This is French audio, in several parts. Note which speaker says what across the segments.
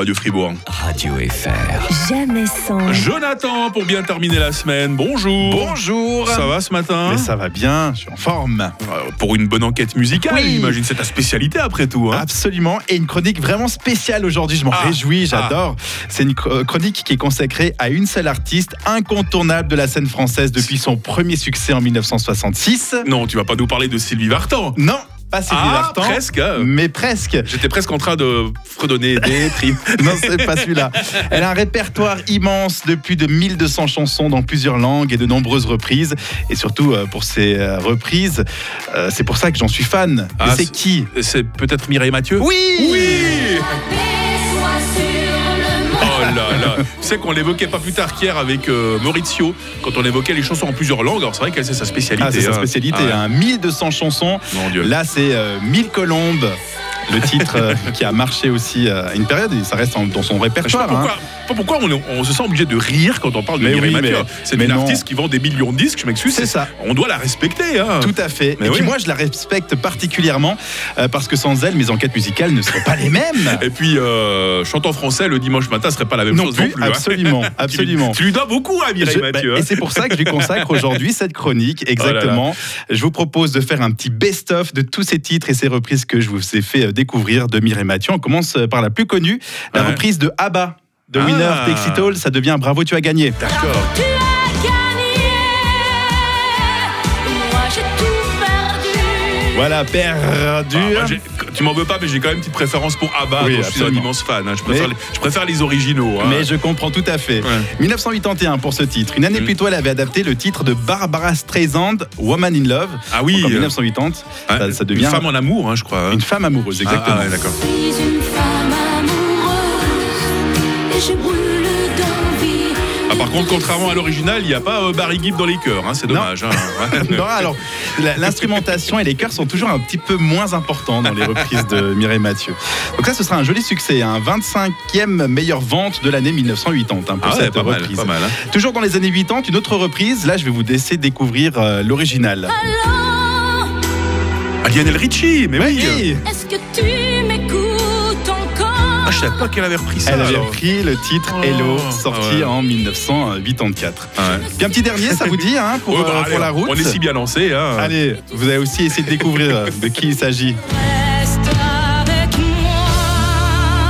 Speaker 1: Radio Fribourg.
Speaker 2: Radio FR.
Speaker 3: Jamais sans.
Speaker 1: Jonathan, pour bien terminer la semaine, bonjour.
Speaker 4: Bonjour
Speaker 1: Ça va ce matin
Speaker 4: Mais ça va bien, je suis en forme.
Speaker 1: Euh, Pour une bonne enquête musicale,
Speaker 4: Oui.
Speaker 1: j'imagine, c'est ta spécialité après tout. hein.
Speaker 4: Absolument, et une chronique vraiment spéciale aujourd'hui, je m'en
Speaker 1: Ah.
Speaker 4: réjouis, j'adore. C'est une cro- chronique qui est consacrée à une seule artiste incontournable de la scène française depuis son premier succès en 1966.
Speaker 1: Non, tu vas pas nous parler de Sylvie Vartan.
Speaker 4: Non, pas Ah. Sylvie
Speaker 1: ah,
Speaker 4: Vartan, Mm.
Speaker 1: presque. euh,
Speaker 4: mais presque.
Speaker 1: J'étais presque en train de fredonner des tri.
Speaker 4: Non, c'est pas celui-là. Elle a un répertoire immense de plus de 1200 chansons dans plusieurs langues et de nombreuses reprises. Et surtout, euh, pour ces euh, reprises, euh, c'est pour ça que j'en suis fan. Mais
Speaker 1: Ah,
Speaker 4: c'est qui
Speaker 1: C'est peut-être Mireille Mathieu
Speaker 4: Oui
Speaker 1: Oui
Speaker 5: Sois sur le monde.
Speaker 1: Oh là là Tu sais qu'on l'évoquait pas plus tard qu'hier avec euh, Maurizio, quand on évoquait les chansons en plusieurs langues. Alors c'est vrai qu'elle, c'est sa spécialité.
Speaker 4: Ah, c'est sa
Speaker 1: hein.
Speaker 4: spécialité,
Speaker 1: Ah ouais.
Speaker 4: hein. 1200 chansons.
Speaker 1: Mon Dieu.
Speaker 4: Là, c'est euh, 1000 colombes. Le titre euh, qui a marché aussi euh, à une période, et ça reste en- dans son
Speaker 1: Je sais pas
Speaker 4: répertoire.
Speaker 1: pourquoi,
Speaker 4: hein.
Speaker 1: pas pourquoi on, est- on se sent obligé de rire quand on parle de
Speaker 4: Mais
Speaker 1: Mireille
Speaker 4: oui,
Speaker 1: Mathieu.
Speaker 4: mais-
Speaker 1: C'est
Speaker 4: mais
Speaker 1: une
Speaker 4: non.
Speaker 1: artiste qui vend des millions de disques, je m'excuse.
Speaker 4: C'est ça.
Speaker 1: On doit la respecter. Hein.
Speaker 4: Tout à fait.
Speaker 1: Mais
Speaker 4: et puis
Speaker 1: oui.
Speaker 4: moi, je la respecte particulièrement euh, parce que sans elle, mes enquêtes musicales ne seraient pas les mêmes.
Speaker 1: Et puis, euh, chantant français le dimanche matin serait pas la même chose non plus. hein.
Speaker 4: absolument,
Speaker 1: Tu lui-
Speaker 4: absolument.
Speaker 1: Tu lui, dois beaucoup à Mireille
Speaker 4: Je- bah,
Speaker 1: Mathieu.
Speaker 4: et
Speaker 1: hein. Oh
Speaker 4: c'est pour ça que je lui consacre aujourd'hui cette chronique, exactement. Je vous propose de faire un petit best-of de tous ces titres et ces reprises que je vous ai fait euh, découvrir de Mireille Mathieu. On commence euh, par la plus connue, la
Speaker 1: Ouais.
Speaker 4: reprise de ABBA. De
Speaker 1: Ah.
Speaker 4: Winner, Takes It All, ça devient Bravo, tu as gagné.
Speaker 1: D'accord.
Speaker 5: Tu as gagné. Moi j'ai tout perdu.
Speaker 4: Voilà, perdu.
Speaker 1: Ah, moi, j'ai- tu m'en veux pas, mais j'ai quand même une petite préférence pour Abba. dont
Speaker 4: Oui,
Speaker 1: je suis un
Speaker 4: absolument.
Speaker 1: immense fan. hein. Je, préfère
Speaker 4: Mais-
Speaker 1: les, je préfère les originaux. hein.
Speaker 4: mais je comprends tout à fait.
Speaker 1: Ouais.
Speaker 4: 1981 pour ce titre. Une année
Speaker 1: Mhm.
Speaker 4: plus tôt, elle avait adapté le titre de Barbara Streisand, Woman in Love.
Speaker 1: Ah oui.
Speaker 4: En
Speaker 1: euh,
Speaker 4: 1980, ça, ça devient
Speaker 1: Une femme en amour, hein, je crois. hein.
Speaker 4: une femme amoureuse,
Speaker 1: Ah,
Speaker 4: exactement.
Speaker 1: ah, ouais, d'accord.
Speaker 5: Je suis une femme amoureuse et je brûle d'envie.
Speaker 1: Ah, par contre, contrairement à l'original, il n'y a pas euh, Barry Gibb dans les chœurs. hein, c'est
Speaker 4: Non.
Speaker 1: dommage. hein. Ouais.
Speaker 4: Non, alors, la- l'instrumentation et les chœurs sont toujours un petit peu moins importants dans les reprises de Mireille Mathieu. Donc ça, ce sera un joli succès, un 25e meilleure vente de l'année 1980 hein, pour
Speaker 1: Ah ouais,
Speaker 4: cette
Speaker 1: pas mal,
Speaker 4: reprise.
Speaker 1: pas mal, hein.
Speaker 4: Toujours dans les années 80, une autre reprise, là je vais vous laisser découvrir euh, l'original.
Speaker 5: Alors,
Speaker 1: Ah, Lionel Richie, mais oui. euh,
Speaker 5: est-ce que tu m'écoutes encore?
Speaker 1: Ah, je savais pas qu'elle avait repris ça.
Speaker 4: Elle avait
Speaker 1: alors.
Speaker 4: repris le titre
Speaker 1: Oh,
Speaker 4: Hello,
Speaker 1: ah
Speaker 4: sorti
Speaker 1: ouais.
Speaker 4: en 1984.
Speaker 1: Ah ouais.
Speaker 4: Puis un petit dernier, ça vous dit, hein, pour,
Speaker 1: Ouais, bah,
Speaker 4: euh, pour
Speaker 1: allez,
Speaker 4: la route
Speaker 1: On est si bien lancé. Hein.
Speaker 4: Allez, vous avez aussi essayé de découvrir euh, de qui il s'agit.
Speaker 5: Reste avec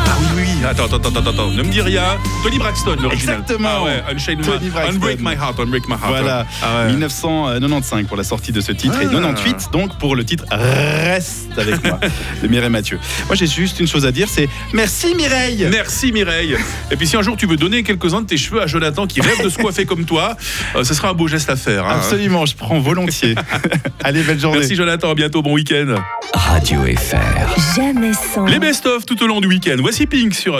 Speaker 1: Ah
Speaker 5: moi.
Speaker 1: oui, oui, oui. Attends, attends, attends, attends, attends. Ne me dis rien. Tony Braxton, l'original.
Speaker 4: Exactement.
Speaker 1: Ah ouais, Unchained
Speaker 4: Tony
Speaker 1: My-
Speaker 4: Braxton.
Speaker 1: Unbreak My Heart, Unbreak My Heart.
Speaker 4: Voilà,
Speaker 1: Ah ouais.
Speaker 4: 1995 pour la sortie de ce titre et
Speaker 1: Ah.
Speaker 4: 98 donc pour le titre Reste avec moi de Mireille Mathieu. Moi j'ai juste une chose à dire, c'est merci Mireille.
Speaker 1: Merci Mireille. Et puis si un jour tu veux donner quelques-uns de tes cheveux à Jonathan qui rêve de se coiffer comme toi, euh, ce sera un beau geste à faire. hein.
Speaker 4: Absolument, je prends volontiers. Allez, belle journée.
Speaker 1: Merci Jonathan, à bientôt, bon week-end.
Speaker 2: Radio FR.
Speaker 3: Jamais sans.
Speaker 1: Les best-of tout au long du week-end. Voici Pink sur